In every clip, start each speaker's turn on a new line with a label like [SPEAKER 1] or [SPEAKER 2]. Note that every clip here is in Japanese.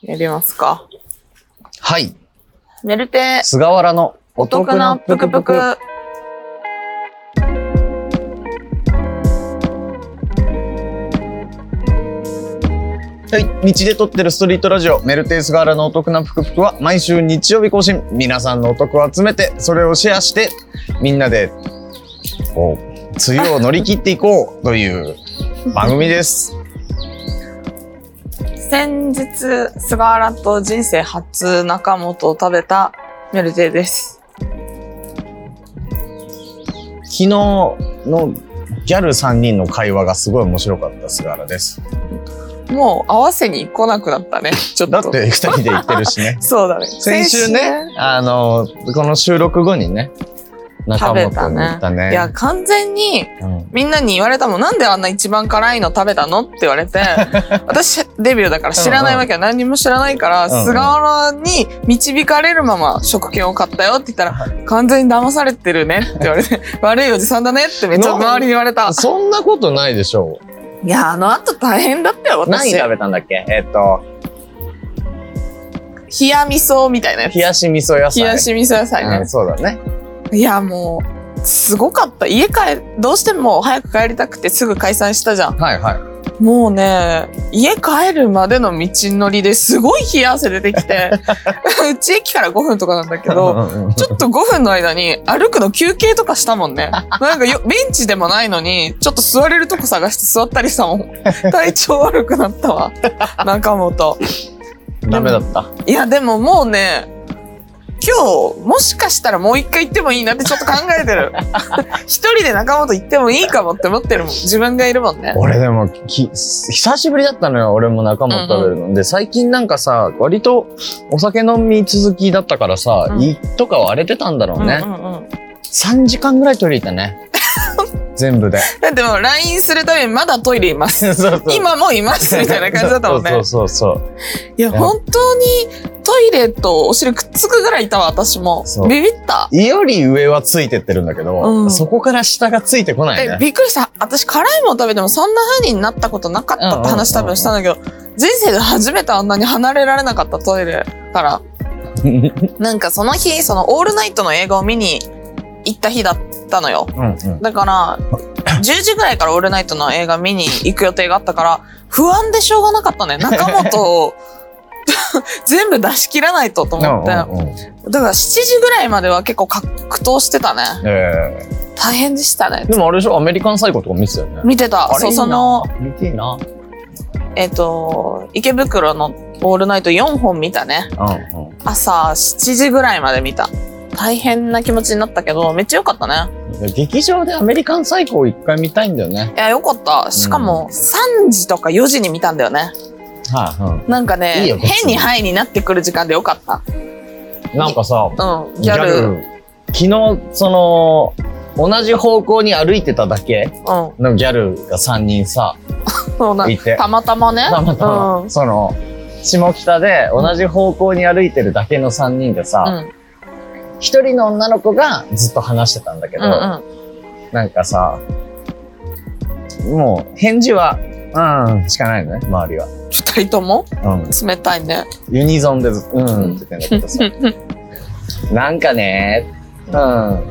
[SPEAKER 1] やりますか。
[SPEAKER 2] はい。
[SPEAKER 1] メルテ、
[SPEAKER 2] 菅原のお
[SPEAKER 1] お得
[SPEAKER 2] 得
[SPEAKER 1] な
[SPEAKER 2] な
[SPEAKER 1] ぷ
[SPEAKER 2] ぷ
[SPEAKER 1] く
[SPEAKER 2] く
[SPEAKER 1] ぷ
[SPEAKER 2] ぷ
[SPEAKER 1] く
[SPEAKER 2] く。。はい。道で撮ってるストリートラジオ、メルテイスガーラのお得なぷくぷくは毎週日曜日更新。皆さんのお得を集めて、それをシェアして、みんなで、こう、梅雨を乗り切っていこうという番組です。
[SPEAKER 1] 先日、菅原と人生初中本を食べたメルテです。
[SPEAKER 2] 昨日のギャル3人の会話がすごい面白かった菅原です。
[SPEAKER 1] もう合わせに来なくなったね。ちょっ
[SPEAKER 2] だ
[SPEAKER 1] と。
[SPEAKER 2] って2人で行ってるしね。
[SPEAKER 1] そうだね。
[SPEAKER 2] 先週ね、あの、この収録後にね、中
[SPEAKER 1] 食べ
[SPEAKER 2] 本
[SPEAKER 1] た
[SPEAKER 2] に
[SPEAKER 1] ね
[SPEAKER 2] 行ったね。
[SPEAKER 1] いや、完全に
[SPEAKER 2] うん
[SPEAKER 1] みんなに言われたもん。なんであんな一番辛いの食べたのって言われて、私デビューだから知らないわけは何にも知らないから、
[SPEAKER 2] うんうん
[SPEAKER 1] 菅原に導かれるまま食券を買ったよって言ったら、完全に騙されてるねって言われて、悪いおじさんだねってめっちゃ周りに言われた。
[SPEAKER 2] そんなことないでしょ
[SPEAKER 1] いや、あの後大変だったよ、
[SPEAKER 2] う。何
[SPEAKER 1] 私。
[SPEAKER 2] 食べたんだっけえっと、
[SPEAKER 1] 冷や味噌みたいなやつ。
[SPEAKER 2] 冷やし味噌野菜。
[SPEAKER 1] 冷やし味噌野菜
[SPEAKER 2] う
[SPEAKER 1] ね
[SPEAKER 2] ん。そうだね。
[SPEAKER 1] いや、もう、すごかった。家帰、どうしても早く帰りたくてすぐ解散したじゃん。
[SPEAKER 2] はいはい。
[SPEAKER 1] もうね、家帰るまでの道のりですごい冷や汗出てき て、うち駅から5分とかなんだけど、
[SPEAKER 2] うんうん
[SPEAKER 1] ちょっと5分の間に歩くの休憩とかしたもんね。なんかよベンチでもないのに、ちょっと座れるとこ探して座ったりしたもん。 体調悪くなったわ。中本。
[SPEAKER 2] ダメだった。
[SPEAKER 1] いや、でももうね、今日、もしかしたらもう一回行ってもいいなってちょっと考えて る。一人で中本行ってもいいかもって思ってるもん。自分がいるもんね。
[SPEAKER 2] 俺でもき、久しぶりだったのよ。俺も中本食べるの。で、最近なんかさ、割とお酒飲み続きだったからさ、
[SPEAKER 1] うん
[SPEAKER 2] 胃とかは荒れてたんだろうね。
[SPEAKER 1] うんうんうん
[SPEAKER 2] 3時間ぐらいトイレ行った ね。全部で。
[SPEAKER 1] だってもう LINE するためにまだトイレいます。
[SPEAKER 2] そうそう
[SPEAKER 1] 今もいますみたいな感じだったもん
[SPEAKER 2] そ
[SPEAKER 1] ね
[SPEAKER 2] う。そうそうそう。
[SPEAKER 1] いや、本当にトイレとお尻くっつくぐらいいたわ、私も
[SPEAKER 2] そ。う
[SPEAKER 1] ビビった。
[SPEAKER 2] 胃より上はついてってるんだけど、
[SPEAKER 1] うん
[SPEAKER 2] そこから下がついてこない
[SPEAKER 1] え、
[SPEAKER 2] ね。
[SPEAKER 1] びっくりした。私、辛いもの食べてもそんな風になったことなかったって話多分したんだけど、人生で初めてあんなに離れられなかった、トイレから。
[SPEAKER 2] うん
[SPEAKER 1] なんかその日、そのオールナイトの映画を見に行った日だったのよ。
[SPEAKER 2] うん。
[SPEAKER 1] だから、10時ぐらいからオールナイトの映画見に行く予定があったから、不安でしょうがなかったね。中本を 全部出し切らないとと思って。だか
[SPEAKER 2] うんうんうん
[SPEAKER 1] ら7時ぐらいまでは結構格闘してたね。
[SPEAKER 2] え
[SPEAKER 1] 大変でしたね
[SPEAKER 2] ー、。でもあれでしょアメリカンサイコとか見てたよね。
[SPEAKER 1] 見てた。
[SPEAKER 2] あれ
[SPEAKER 1] そう、
[SPEAKER 2] いいな
[SPEAKER 1] その、
[SPEAKER 2] 見ていいな。
[SPEAKER 1] えっ、と、池袋のオールナイト4本見たね。
[SPEAKER 2] うんうん
[SPEAKER 1] 朝7時ぐらいまで見た。大変な気持ちになったけど、めっちゃ良かったね。
[SPEAKER 2] いや。劇場でアメリカンサイコを一回見たいんだよね。
[SPEAKER 1] いや、よかった。しかも、3時とか4時に見たんだよね。
[SPEAKER 2] はい、
[SPEAKER 1] なんかね、
[SPEAKER 2] いいよこっち
[SPEAKER 1] 変にハイになってくる時間でよかっ
[SPEAKER 2] うん。なんかさ、
[SPEAKER 1] た。うん、ギャル。
[SPEAKER 2] ギャル昨日、その、同じ方向に歩いてただけ
[SPEAKER 1] うん、
[SPEAKER 2] のギャルが3人さ、
[SPEAKER 1] そうなん
[SPEAKER 2] いて。
[SPEAKER 1] たまたまね。
[SPEAKER 2] たまたま、
[SPEAKER 1] うん
[SPEAKER 2] その、下北で同じ方向に歩いてるだけの3人でさ、
[SPEAKER 1] うん、
[SPEAKER 2] 一人の女の子がずっと話してたんだけ
[SPEAKER 1] う
[SPEAKER 2] ど、
[SPEAKER 1] ん、うん。
[SPEAKER 2] なんかさ、もう返事は、うん、しかないのね、周りは。
[SPEAKER 1] 二人とも
[SPEAKER 2] うん。
[SPEAKER 1] 冷たいね。
[SPEAKER 2] ユニゾンでずっと、うん、って言ってん だけどさ、なんかね、うん、っ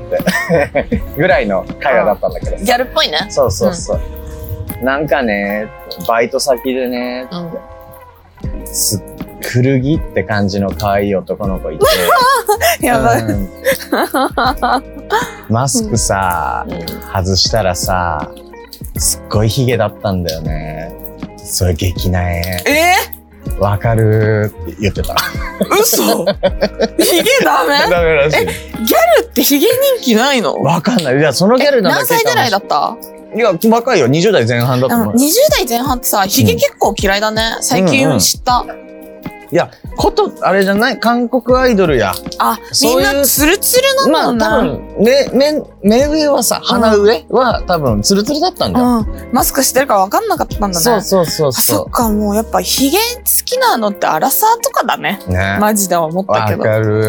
[SPEAKER 2] て、 ぐらいの会話だったんだけど
[SPEAKER 1] ギ
[SPEAKER 2] さ、
[SPEAKER 1] ャルっぽいね。
[SPEAKER 2] そうそうそう。なんかね、バイト先でね、
[SPEAKER 1] うん。
[SPEAKER 2] す、古着って感じの可愛い男の子い て、
[SPEAKER 1] やばい。
[SPEAKER 2] うんマスクさ、
[SPEAKER 1] うん
[SPEAKER 2] 外したらさ、すっごいヒゲだったんだよね。それ激なえ。
[SPEAKER 1] え
[SPEAKER 2] わかるーって言 ってた。
[SPEAKER 1] ー、嘘ヒゲダメギ
[SPEAKER 2] ダメらしい。
[SPEAKER 1] ャルってヒゲ人気ないの
[SPEAKER 2] わかんない。いや、そのギャル
[SPEAKER 1] え
[SPEAKER 2] なだ
[SPEAKER 1] 何
[SPEAKER 2] け
[SPEAKER 1] 歳ぐ
[SPEAKER 2] かも
[SPEAKER 1] らい
[SPEAKER 2] し
[SPEAKER 1] だった
[SPEAKER 2] いや、若いよ。20代前半だ
[SPEAKER 1] で
[SPEAKER 2] と
[SPEAKER 1] も
[SPEAKER 2] 思う。
[SPEAKER 1] 20代前半ってさ、ヒゲ結構嫌いだね。最
[SPEAKER 2] うんう
[SPEAKER 1] 近
[SPEAKER 2] ん
[SPEAKER 1] 知った。
[SPEAKER 2] こと、あれじゃない韓国アイドルや。
[SPEAKER 1] あ、み
[SPEAKER 2] そ
[SPEAKER 1] ん
[SPEAKER 2] ういう
[SPEAKER 1] なツルツル
[SPEAKER 2] ま
[SPEAKER 1] な
[SPEAKER 2] あ、
[SPEAKER 1] んだ
[SPEAKER 2] 多
[SPEAKER 1] な。
[SPEAKER 2] 分、目、目、目上はさ、鼻上は多分、ツルツルだったんだよ。
[SPEAKER 1] うん。マスクしてるから分かんなかったんだね。
[SPEAKER 2] そうそうそう
[SPEAKER 1] あそ
[SPEAKER 2] そ
[SPEAKER 1] っか、もうやっぱヒゲ好きなのってアラサーとかだね。
[SPEAKER 2] う。ね。
[SPEAKER 1] マジで思った
[SPEAKER 2] わ
[SPEAKER 1] けど。
[SPEAKER 2] かる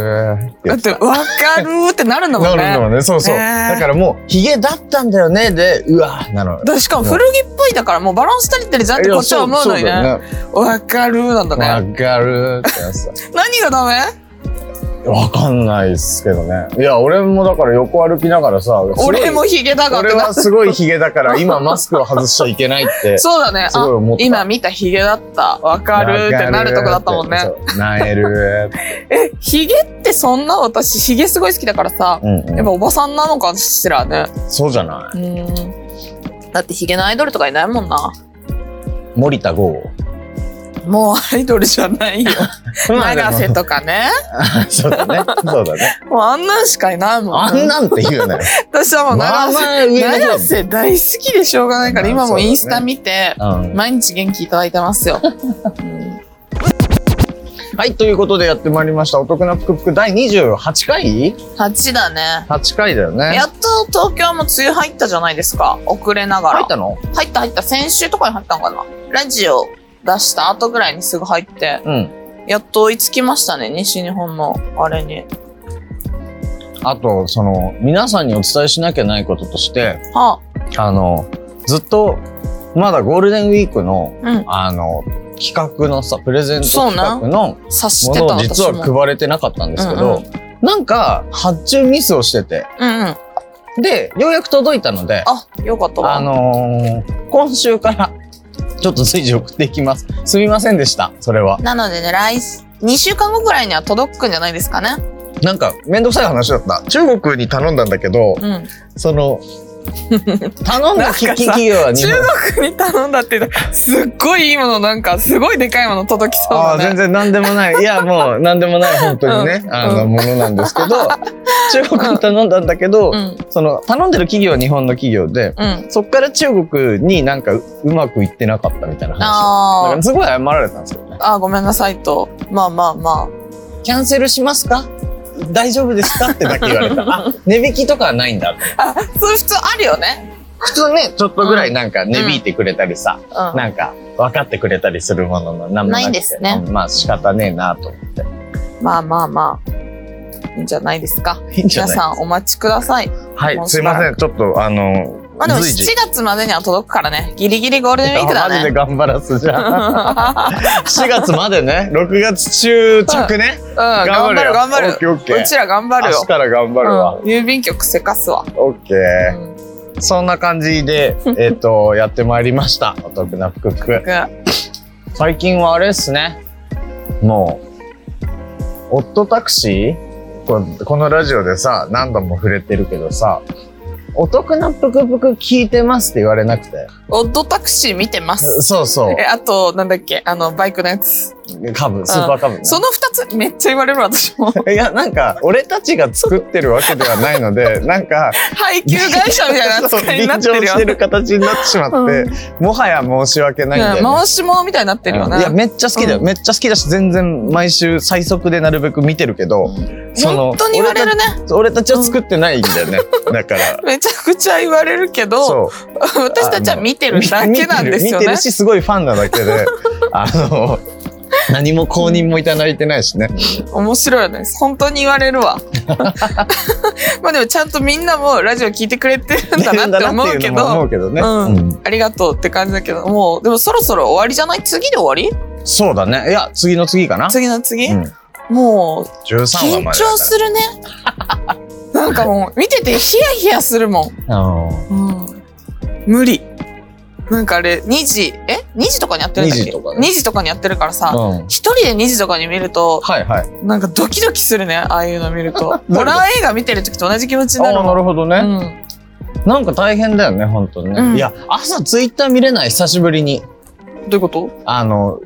[SPEAKER 1] だ
[SPEAKER 2] ー
[SPEAKER 1] っ。て、わかるーってなるんだも
[SPEAKER 2] なんるんだ
[SPEAKER 1] ね。
[SPEAKER 2] もんね。そうそう。
[SPEAKER 1] ね
[SPEAKER 2] だからもう、ヒゲだったんだよね。で、うわーなのよ。
[SPEAKER 1] だしかも古着っぽいだからもうバランス足りてるじゃんってこっちは思うのに
[SPEAKER 2] いや
[SPEAKER 1] ね。
[SPEAKER 2] そう
[SPEAKER 1] わかるーなんだ
[SPEAKER 2] そうだよ
[SPEAKER 1] ね。
[SPEAKER 2] ね。わかるるってやつだ。
[SPEAKER 1] 何がダメ
[SPEAKER 2] わかんないっすけどね。いや、俺もだから横歩きながらさ、すごい
[SPEAKER 1] 俺もヒゲだがっ
[SPEAKER 2] 俺
[SPEAKER 1] てな
[SPEAKER 2] は。すごいヒゲ だから、今マスクを外しちゃいけないって、す
[SPEAKER 1] そうだね。
[SPEAKER 2] ごい
[SPEAKER 1] あ、
[SPEAKER 2] 思った。
[SPEAKER 1] 今見たヒゲだった。わかるってなるとこだったもんね。
[SPEAKER 2] そう。なえる。
[SPEAKER 1] え、ヒゲってそんな私、ヒゲすごい好きだからさ。
[SPEAKER 2] うん
[SPEAKER 1] やっ
[SPEAKER 2] う
[SPEAKER 1] ぱおばさんなのかしらね。
[SPEAKER 2] ん。そうじゃな
[SPEAKER 1] うん。だってヒゲのアイドルとかいないもんな。
[SPEAKER 2] い。森田剛。
[SPEAKER 1] もうアイドルじゃ ないよ。長瀬とかね。
[SPEAKER 2] そうだね。そうだね。
[SPEAKER 1] もうあんなんしかいないもん。
[SPEAKER 2] あんなんて言 うね。
[SPEAKER 1] 私はもう
[SPEAKER 2] まあ
[SPEAKER 1] 長瀬、
[SPEAKER 2] まあ上の
[SPEAKER 1] 長
[SPEAKER 2] 方
[SPEAKER 1] 瀬大好きでしょうがないから、
[SPEAKER 2] まあ
[SPEAKER 1] 今もインス
[SPEAKER 2] そうだ
[SPEAKER 1] タ
[SPEAKER 2] ね
[SPEAKER 1] 見て、
[SPEAKER 2] だ。うん。
[SPEAKER 1] 毎日元気いただいてます よ。うん
[SPEAKER 2] はい、ということでやってまいりました。お得なぷくぷく第28回
[SPEAKER 1] 8だね。
[SPEAKER 2] ?8 回だよね。
[SPEAKER 1] やっと東京も梅雨入ったじゃないですか。遅れながら。
[SPEAKER 2] 入ったの
[SPEAKER 1] 入った入った。先週とかに入ったんかな。ラジオ出した後ぐらいにすぐ入って。
[SPEAKER 2] うん。
[SPEAKER 1] やっと追いつきましたね、西日本のあれに。
[SPEAKER 2] あと、その、皆さんにお伝えしなきゃないこととして、
[SPEAKER 1] は
[SPEAKER 2] あの、ずっと、まだゴールデンウィークの、
[SPEAKER 1] あ、うん。
[SPEAKER 2] あの、企画のさ、プレゼント企画の
[SPEAKER 1] 察し
[SPEAKER 2] も
[SPEAKER 1] てた
[SPEAKER 2] のを
[SPEAKER 1] 私
[SPEAKER 2] 実は
[SPEAKER 1] も。
[SPEAKER 2] 配れてなかったんですけど、
[SPEAKER 1] うん
[SPEAKER 2] なんか、発注ミスをしてて、
[SPEAKER 1] うんうん。
[SPEAKER 2] で、ようやく届いたので、
[SPEAKER 1] あ、よかったわ。
[SPEAKER 2] あのー今週から、ちょっと随時送っていきます。すみませんでした、それは。
[SPEAKER 1] なのでね、来、2週間後ぐらいには届くんじゃないですかね。
[SPEAKER 2] なんか、めんどくさい話だった。中国に頼んだんだけど、
[SPEAKER 1] うん。
[SPEAKER 2] その、頼ん
[SPEAKER 1] なん
[SPEAKER 2] だ
[SPEAKER 1] か
[SPEAKER 2] き
[SPEAKER 1] さ
[SPEAKER 2] 企業は日
[SPEAKER 1] 中
[SPEAKER 2] 本。
[SPEAKER 1] 国に頼んだって言ったら、すっごいいいもの、なんか、すごいでかいもの届きそう
[SPEAKER 2] ああ、
[SPEAKER 1] だ
[SPEAKER 2] 全
[SPEAKER 1] ね。
[SPEAKER 2] 然何でもない。いや、 もう何でもない、本当にね、
[SPEAKER 1] うん
[SPEAKER 2] あの、
[SPEAKER 1] うん
[SPEAKER 2] ものなんですけど、 中国に頼んだんだけど、
[SPEAKER 1] うん。
[SPEAKER 2] その、頼んでる企業は日本の企業で、
[SPEAKER 1] うん。
[SPEAKER 2] そっから中国になんかううまくいってなかったみたいな話。だ
[SPEAKER 1] あ
[SPEAKER 2] か
[SPEAKER 1] ー
[SPEAKER 2] らすごい謝られたんですよね。
[SPEAKER 1] あー、ごめんなさいと。まあまあま
[SPEAKER 2] キャンセルしますか大丈夫ですかってだけ言わ れた。あ、値引きとかはないんだ。
[SPEAKER 1] あ。あ、それ普通あるよね。
[SPEAKER 2] 普通ね、ちょっとぐらいなんか値引いてくれたりさ、
[SPEAKER 1] う
[SPEAKER 2] なんか分かってくれたりするものの何もなくて
[SPEAKER 1] ないんですね
[SPEAKER 2] うんまあ仕方ねえなと思って。
[SPEAKER 1] ん。まあまあまあ。いいんじゃないですか。
[SPEAKER 2] いいんじゃ
[SPEAKER 1] 皆
[SPEAKER 2] な
[SPEAKER 1] さ
[SPEAKER 2] い
[SPEAKER 1] んお待ちください。
[SPEAKER 2] は
[SPEAKER 1] もう
[SPEAKER 2] い、す
[SPEAKER 1] し
[SPEAKER 2] い
[SPEAKER 1] ば
[SPEAKER 2] ま
[SPEAKER 1] らく
[SPEAKER 2] せん。ちょっとあの、
[SPEAKER 1] まあでも7
[SPEAKER 2] 随時
[SPEAKER 1] 月までには届くからね。ギリギリゴールデンウィークだ
[SPEAKER 2] マジで
[SPEAKER 1] ね。
[SPEAKER 2] 頑張らす じゃん。4月までね、6月中着 ね。
[SPEAKER 1] うん、頑張る頑張
[SPEAKER 2] オッケ
[SPEAKER 1] る。
[SPEAKER 2] ーオッケ
[SPEAKER 1] う
[SPEAKER 2] ー。
[SPEAKER 1] ちら頑張る
[SPEAKER 2] 明
[SPEAKER 1] よ
[SPEAKER 2] 日。から頑張るわ。
[SPEAKER 1] うん郵便局せかすわ。
[SPEAKER 2] オッケ
[SPEAKER 1] う
[SPEAKER 2] ー。
[SPEAKER 1] ん
[SPEAKER 2] そんな感 じで、えっと、やってまいりました。お得なぷくぷく。最近はあれですね。もう、オットタクシーここのラジオでさ、何度も触れてるけどさ、お得なぷくぷく聞いてますって言われなく て。
[SPEAKER 1] オッドタクシー見てます。
[SPEAKER 2] そうそう
[SPEAKER 1] え、。あと、なんだっけ、あの、バイクのやつ。
[SPEAKER 2] カブ、スーパーカブ、ね。
[SPEAKER 1] その二つめっちゃ言われる私 も。
[SPEAKER 2] いや、なんか、俺たちが作ってるわけではない ので、なんか、
[SPEAKER 1] 配給会社みたいな扱いになって
[SPEAKER 2] そう
[SPEAKER 1] るよ
[SPEAKER 2] 臨場して。る形になってしまって、もはや申し訳ないんだ
[SPEAKER 1] う
[SPEAKER 2] よ
[SPEAKER 1] ん、
[SPEAKER 2] ね。
[SPEAKER 1] 回し物みたいになってるよ
[SPEAKER 2] うんいや、
[SPEAKER 1] ね。
[SPEAKER 2] めっちゃ好きだよ。
[SPEAKER 1] うん
[SPEAKER 2] めっちゃ好きだし、全然毎週最速でなるべく見てるけど、その
[SPEAKER 1] 本当に言われるね。
[SPEAKER 2] 俺たちは作ってないんだよね。だから。
[SPEAKER 1] めちゃくちゃ言われるけど、
[SPEAKER 2] そう。
[SPEAKER 1] 私たちは見てるだけなんですよ
[SPEAKER 2] 見
[SPEAKER 1] ね
[SPEAKER 2] てる見てる。し、すごいファンなだけ で、あの、何も公認もいただいてないしね。
[SPEAKER 1] 面白いよね。本当に言われる わ。まあでもちゃんとみんなもラジオ聞いてくれてるんだなって思 うけ
[SPEAKER 2] のも思
[SPEAKER 1] ど、
[SPEAKER 2] うけどね。
[SPEAKER 1] うん
[SPEAKER 2] うん
[SPEAKER 1] ありがとうって感じだけど、もう、でもそろそろ終わりじゃない次で終わり
[SPEAKER 2] そうだね。いや、次の次かな。
[SPEAKER 1] 次の次、
[SPEAKER 2] うん
[SPEAKER 1] もう、
[SPEAKER 2] 13話
[SPEAKER 1] 緊
[SPEAKER 2] までだ
[SPEAKER 1] 張するね。なんかもう、見ててヒヤヒヤするも
[SPEAKER 2] から。うん
[SPEAKER 1] ん。うん、無理。なんかあれ、2時、え ?2 時とかにやってるんだっけ
[SPEAKER 2] 2時とかね
[SPEAKER 1] ,2 時とかにやってるからさ、
[SPEAKER 2] うん。
[SPEAKER 1] 一人で2時とかに見ると、
[SPEAKER 2] はいはい。
[SPEAKER 1] なんかドキドキするね、ああいうの見る と。ホラー映画見てる時と同じ気持ちに
[SPEAKER 2] あ
[SPEAKER 1] なる
[SPEAKER 2] あー、
[SPEAKER 1] も
[SPEAKER 2] な
[SPEAKER 1] ん。
[SPEAKER 2] るほどね。
[SPEAKER 1] うん
[SPEAKER 2] なんか大変だよね、本当にね。
[SPEAKER 1] うん
[SPEAKER 2] いや、朝ツイッター見れない、久しぶりに。
[SPEAKER 1] どういうこと
[SPEAKER 2] あの、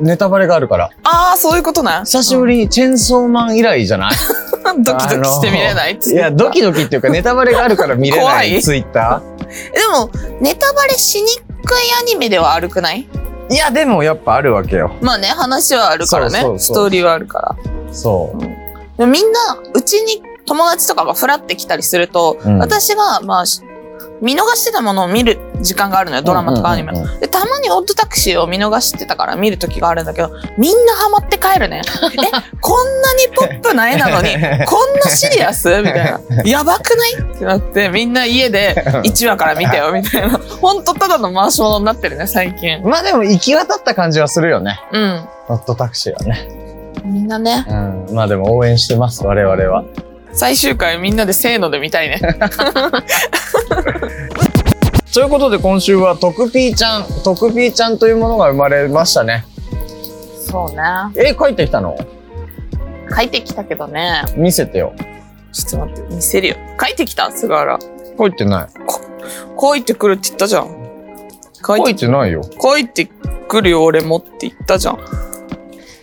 [SPEAKER 2] ネタバレがあるから。
[SPEAKER 1] ああ、そういうことね。
[SPEAKER 2] 久しぶりにチェーンソーマン以来じ ゃない
[SPEAKER 1] うん。ドキドキして見れないっつ
[SPEAKER 2] い
[SPEAKER 1] って
[SPEAKER 2] や、ドキドキっていうか、ネタバレがあるから見れな
[SPEAKER 1] 怖
[SPEAKER 2] い、
[SPEAKER 1] い
[SPEAKER 2] ツイッタ
[SPEAKER 1] でも、ネタバレしにくいアニメではあるくない
[SPEAKER 2] ー。いや、でもやっぱあるわけよ。
[SPEAKER 1] まあね、話はあるからね。
[SPEAKER 2] そうそうそう
[SPEAKER 1] ストーリーはあるから。
[SPEAKER 2] そう。
[SPEAKER 1] でもみんな、うちに友達とかがフラって来たりすると、
[SPEAKER 2] うん
[SPEAKER 1] 私が、まあ、し見逃してたものを見る時間があるのよ、ドラマとかアニメの。
[SPEAKER 2] うんうんうん
[SPEAKER 1] で、たまにオッドタクシーを見逃してたから見る時があるんだけど、みんなハマって帰る ね。え、こんなにポップな絵なの に、こんなシリアスみたいな。やばくないってなって、みんな家で1話から見てよ、みたいな。ほんとただの回し物になってるね、最近。
[SPEAKER 2] まあでも行き渡った感じはするよね。
[SPEAKER 1] うん。
[SPEAKER 2] ノットタクシーはね。
[SPEAKER 1] みんなね。
[SPEAKER 2] うん。まあでも応援してます、我々は。
[SPEAKER 1] 最終回みんなでせーので見たいね。
[SPEAKER 2] ということで今週はトクピーちゃん、トクピーちゃんというものが生まれましたね。
[SPEAKER 1] そうね。
[SPEAKER 2] え、帰ってきたの
[SPEAKER 1] 書いてきたけどね。
[SPEAKER 2] 見せてよ。
[SPEAKER 1] ちょっと待って、見せるよ。書いてきた菅原。
[SPEAKER 2] 帰ってない。
[SPEAKER 1] 書いてくるって言ったじゃん。書い
[SPEAKER 2] 帰
[SPEAKER 1] て、
[SPEAKER 2] ってないよ。
[SPEAKER 1] 書いてくるよ、俺もって言ったじゃん。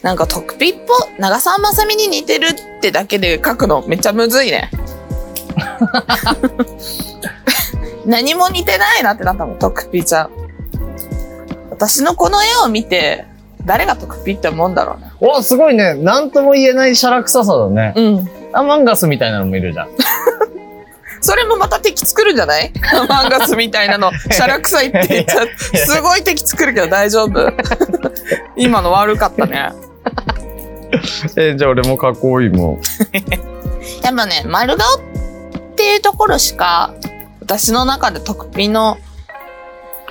[SPEAKER 1] なんか、特ピっぽ、長澤まさみに似てるってだけで書くのめっちゃむずい ね。何も似てないなってなったもん、特ピちゃん。私のこの絵を見て、誰が特ピって思うんだろうね。
[SPEAKER 2] わ、すごいね。なんとも言えないシャラ臭さだね。
[SPEAKER 1] うん。
[SPEAKER 2] アマンガスみたいなのもいるじゃん。
[SPEAKER 1] それもまた敵作るんじゃ ないマンガスみたいなの、シャラ臭いって言っちゃ う。すごい敵作るけど大丈 夫今の悪かったね。
[SPEAKER 2] えーじゃあ俺もかっこいいもん。
[SPEAKER 1] でもね、丸顔っていうところしか、私の中で特ピの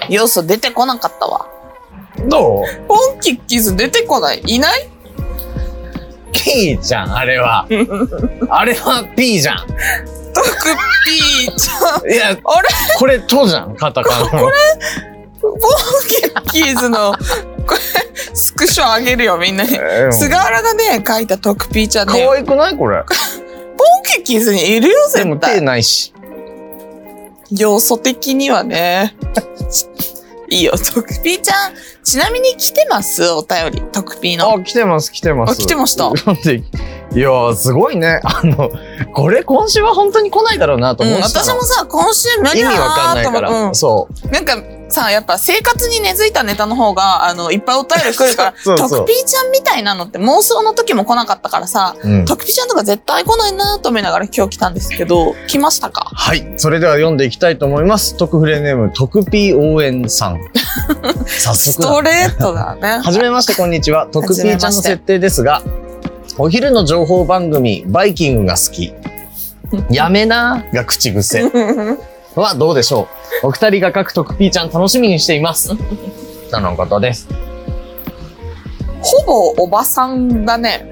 [SPEAKER 1] 要素出てこなかったわ。
[SPEAKER 2] どう
[SPEAKER 1] ポンキッキーズ出てこないい ない
[SPEAKER 2] キーちゃん、あれは。あれは P じゃん。
[SPEAKER 1] 特ピーちゃん。
[SPEAKER 2] い や、
[SPEAKER 1] あれ
[SPEAKER 2] これ、とじゃん、カタ カナの。
[SPEAKER 1] ポンキッキーズの、これ、スクショあげるよ、みんなに。
[SPEAKER 2] えー
[SPEAKER 1] 菅原がね、書いた特ピーちゃん
[SPEAKER 2] 可
[SPEAKER 1] ね、ポン
[SPEAKER 2] 愛くないこれ。
[SPEAKER 1] キッキーズにいるよ、絶
[SPEAKER 2] で
[SPEAKER 1] 対。
[SPEAKER 2] も手ないし。
[SPEAKER 1] 要素的には ね。いいよ、トクピーちゃん。ちなみに来てますお便り。トクピーの。
[SPEAKER 2] あ、来てます、来てます。
[SPEAKER 1] あ来てました
[SPEAKER 2] なんで いやー、すごいね。 あの、これ今週は本当に来ないだろうなと
[SPEAKER 1] うん
[SPEAKER 2] 思、ってた
[SPEAKER 1] 私
[SPEAKER 2] の。
[SPEAKER 1] もさ、今週無理
[SPEAKER 2] 意味わか
[SPEAKER 1] だ
[SPEAKER 2] ん
[SPEAKER 1] な
[SPEAKER 2] ない
[SPEAKER 1] と思
[SPEAKER 2] か
[SPEAKER 1] って、
[SPEAKER 2] ら。
[SPEAKER 1] うん
[SPEAKER 2] そう。
[SPEAKER 1] なんかさ、やっぱ生活に根付いたネタの方が、あの、いっぱいお便り来るから、
[SPEAKER 2] そうそうそう
[SPEAKER 1] トクピーちゃんみたいなのって妄想の時も来なかったからさ、
[SPEAKER 2] うん
[SPEAKER 1] トクピーちゃんとか絶対来ないなと思いながら今日来たんですけど、来ましたか
[SPEAKER 2] はい。それでは読んでいきたいと思います。特フレネーム、特 P 応援さ ん。早
[SPEAKER 1] ス
[SPEAKER 2] 速だ
[SPEAKER 1] トレートだね。
[SPEAKER 2] はじめまして、こんにち は。特 P ちゃんの設定ですが、お昼の情報番組、バイキングが好き。 やめなが口癖はどうでしょう。お二人が書く特 P ちゃん楽しみにして います。とのことです。
[SPEAKER 1] ほぼおばさんだね。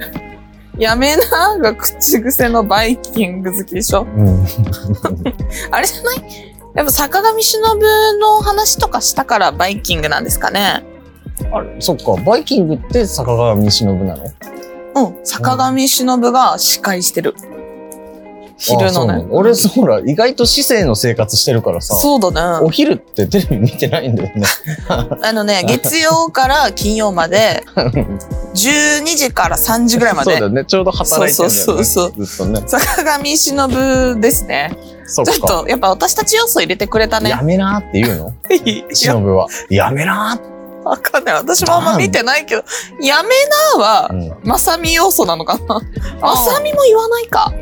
[SPEAKER 1] やめなが口癖のバイキング好きでしょ
[SPEAKER 2] うん。
[SPEAKER 1] あれじゃないやっぱ坂上忍の話とかしたからバイキングなんですかね
[SPEAKER 2] あれ、そっか。バイキングって坂上忍なの
[SPEAKER 1] うん。坂上忍が司会してる。
[SPEAKER 2] あ
[SPEAKER 1] 昼
[SPEAKER 2] そう
[SPEAKER 1] の
[SPEAKER 2] な
[SPEAKER 1] ね。
[SPEAKER 2] の俺、そうほら、意外と市政の生活してるからさ。
[SPEAKER 1] そうだ
[SPEAKER 2] お
[SPEAKER 1] ね。
[SPEAKER 2] 昼ってテレビ見てないんだよね。
[SPEAKER 1] あの ね、月曜から金曜まで、12時から3時ぐらいま
[SPEAKER 2] そう
[SPEAKER 1] で
[SPEAKER 2] だ。ね。ちょうど働いてるんだよね。
[SPEAKER 1] そうそうそう
[SPEAKER 2] ずっとね。
[SPEAKER 1] 坂上忍ですね。
[SPEAKER 2] そっ
[SPEAKER 1] ち
[SPEAKER 2] か。
[SPEAKER 1] ょっと、やっぱ私たち要素入れてくれたね
[SPEAKER 2] や。めなーって言うの
[SPEAKER 1] いや、
[SPEAKER 2] 忍は。やめなーって。
[SPEAKER 1] わかんない。私もあんま見てないけど、やめなは、
[SPEAKER 2] うん
[SPEAKER 1] まさみ要素なのかなまさみも言わない か。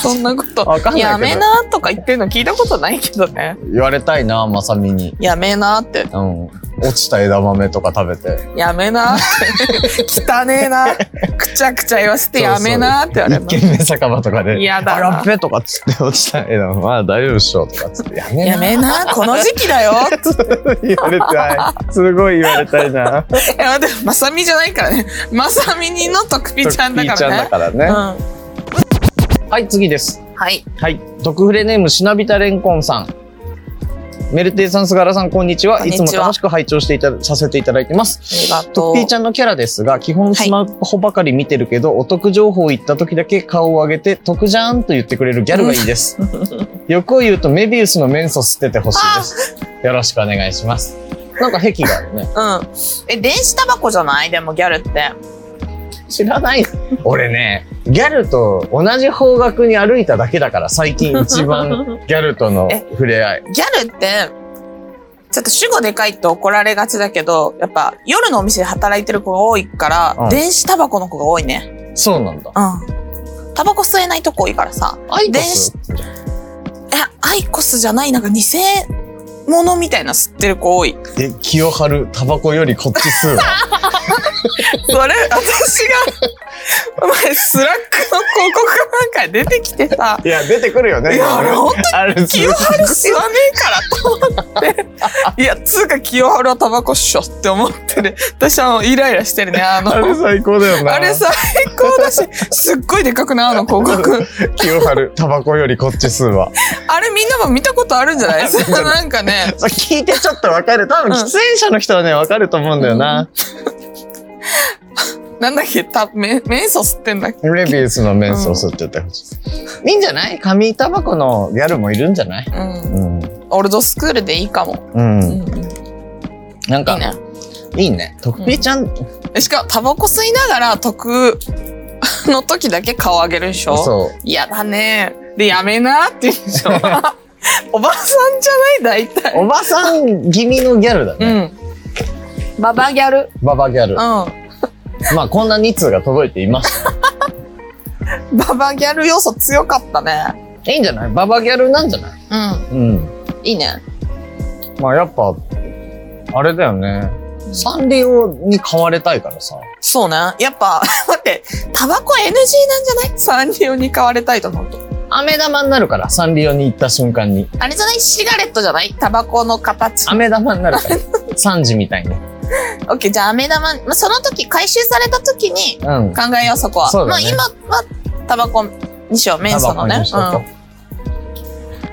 [SPEAKER 1] そんなこと。
[SPEAKER 2] わかんないけど
[SPEAKER 1] やめなとか言ってるの聞いたことないけどね。
[SPEAKER 2] 言われたいなー、まさみに。
[SPEAKER 1] やめなって。
[SPEAKER 2] うん。落ちた枝豆とか食べて。
[SPEAKER 1] やめなって。汚ねえな。くちゃくちゃ言わせてやめなって言われ
[SPEAKER 2] 一
[SPEAKER 1] ます。
[SPEAKER 2] 軒目酒場とかで。
[SPEAKER 1] 嫌だ
[SPEAKER 2] あ
[SPEAKER 1] な
[SPEAKER 2] らっぺとかつって 落ちた枝豆。まあ大丈夫っしょとかつって。やめ
[SPEAKER 1] や
[SPEAKER 2] なー。
[SPEAKER 1] めなこの時期だよ。
[SPEAKER 2] 言われたい。 すごい言われたいな。
[SPEAKER 1] いや、でも、まさみじゃないからね。まさみにのとくぴちゃんだ
[SPEAKER 2] ピー
[SPEAKER 1] か
[SPEAKER 2] ちゃん
[SPEAKER 1] ら
[SPEAKER 2] だ
[SPEAKER 1] ね。
[SPEAKER 2] から
[SPEAKER 1] う
[SPEAKER 2] ね。
[SPEAKER 1] ん。
[SPEAKER 2] はい、次です。
[SPEAKER 1] はい。
[SPEAKER 2] はい。毒フレネーム、しなびたれんこんさん。メルテイさん、菅原さん、こんにちは。
[SPEAKER 1] こんにち
[SPEAKER 2] い
[SPEAKER 1] は
[SPEAKER 2] つも楽しく拝聴していたさせていただいてます。
[SPEAKER 1] ありがと
[SPEAKER 2] ト
[SPEAKER 1] う
[SPEAKER 2] ッピーちゃんのキャラですが、基本スマホばかり見てるけど、お得情報言った時だけ顔を上げて、得じゃーんと言ってくれるギャルがいいです。欲を言うとメビウスのメンソ吸っててほしいです。よろしくお願いします。なんか癖があるね。
[SPEAKER 1] うん。え、電子タバコじゃないでもギャルって。
[SPEAKER 2] 知らない。俺ね、ギャルと同じ方角に歩いただけだから、最近 一番ギャルとの触れ合い。
[SPEAKER 1] ギャルって、ちょっと主語でかいと怒られがちだけど、やっぱ夜のお店で働いてる子が多いから、
[SPEAKER 2] うん
[SPEAKER 1] 電子タバコの子が多いね。
[SPEAKER 2] そうなんだ。
[SPEAKER 1] うん。タバコ吸えないとこ多いからさ。
[SPEAKER 2] アイコ
[SPEAKER 1] 電子
[SPEAKER 2] ス
[SPEAKER 1] えアイコスじゃない、なんか偽物みたいな吸ってる子多い。
[SPEAKER 2] え、清春、タバコよりこっち吸うわ。
[SPEAKER 1] そ れ、私が、お前、スラックの広告なんか出てきてさ、
[SPEAKER 2] いや、出てくるよね。
[SPEAKER 1] いやあれ本
[SPEAKER 2] あれ、す
[SPEAKER 1] 清春吸わねえからと思って。いや、つうか清春はタバコっしょって思ってる。私はもうイライラしてるね、あの。
[SPEAKER 2] あれ最高だよな。
[SPEAKER 1] あれ最高だし、すっごいでかくないあの広告。
[SPEAKER 2] 清春、タバコよりこっち吸うわ。
[SPEAKER 1] あれみんなも見たことあるんじゃないそんななんかね。
[SPEAKER 2] そう聞いてちょっとわかる。多分、
[SPEAKER 1] うん
[SPEAKER 2] 喫煙者の人はね、わかると思うんだよな。
[SPEAKER 1] なんだっけたメメンソ吸ってんだっけ
[SPEAKER 2] レビウスのメンスを吸っててほしい。いいんじゃない紙タバコのギャルもいるんじゃない
[SPEAKER 1] うん。
[SPEAKER 2] うん。
[SPEAKER 1] オルドスクールでいいかも。
[SPEAKER 2] うん。
[SPEAKER 1] うん。
[SPEAKER 2] なん
[SPEAKER 1] い
[SPEAKER 2] か、
[SPEAKER 1] いね。
[SPEAKER 2] いいね。とっぴーちゃん、
[SPEAKER 1] しかもタバコ吸いながら得 の時だけ顔上げるでしょ
[SPEAKER 2] そう。
[SPEAKER 1] 嫌だね。で、やめなって言うでしょ。おばさんじゃない大体。
[SPEAKER 2] おばさん気味のギャルだ
[SPEAKER 1] う
[SPEAKER 2] ね。
[SPEAKER 1] ん。ババギャル。
[SPEAKER 2] ババギャ
[SPEAKER 1] う
[SPEAKER 2] ル
[SPEAKER 1] ん。。バ
[SPEAKER 2] まあ、こんな2通が届いていました。
[SPEAKER 1] バギャル要素強かったね。
[SPEAKER 2] いいんじゃないババギャルなんじゃない
[SPEAKER 1] うん。
[SPEAKER 2] うん。
[SPEAKER 1] いいね。
[SPEAKER 2] まあ、やっぱ、あれだよね。サンリオに買われたいからさ。
[SPEAKER 1] そうね。やっぱ、 待って、タバコ NG なんじゃないサンリオに買われたいと思うと。
[SPEAKER 2] 飴玉になるから、サンリオに行った瞬間に。
[SPEAKER 1] あれじゃないシガレットじゃないタバコの形。
[SPEAKER 2] 飴玉になる から。サンジみたいに。
[SPEAKER 1] オッケー、じゃあ飴玉、まあ、その時、回収された時に
[SPEAKER 2] うん。
[SPEAKER 1] 考えよう、そこは。
[SPEAKER 2] そうだね
[SPEAKER 1] まあ今は、タバコにしよう、メンソの
[SPEAKER 2] タバコ
[SPEAKER 1] ね
[SPEAKER 2] にし。とこ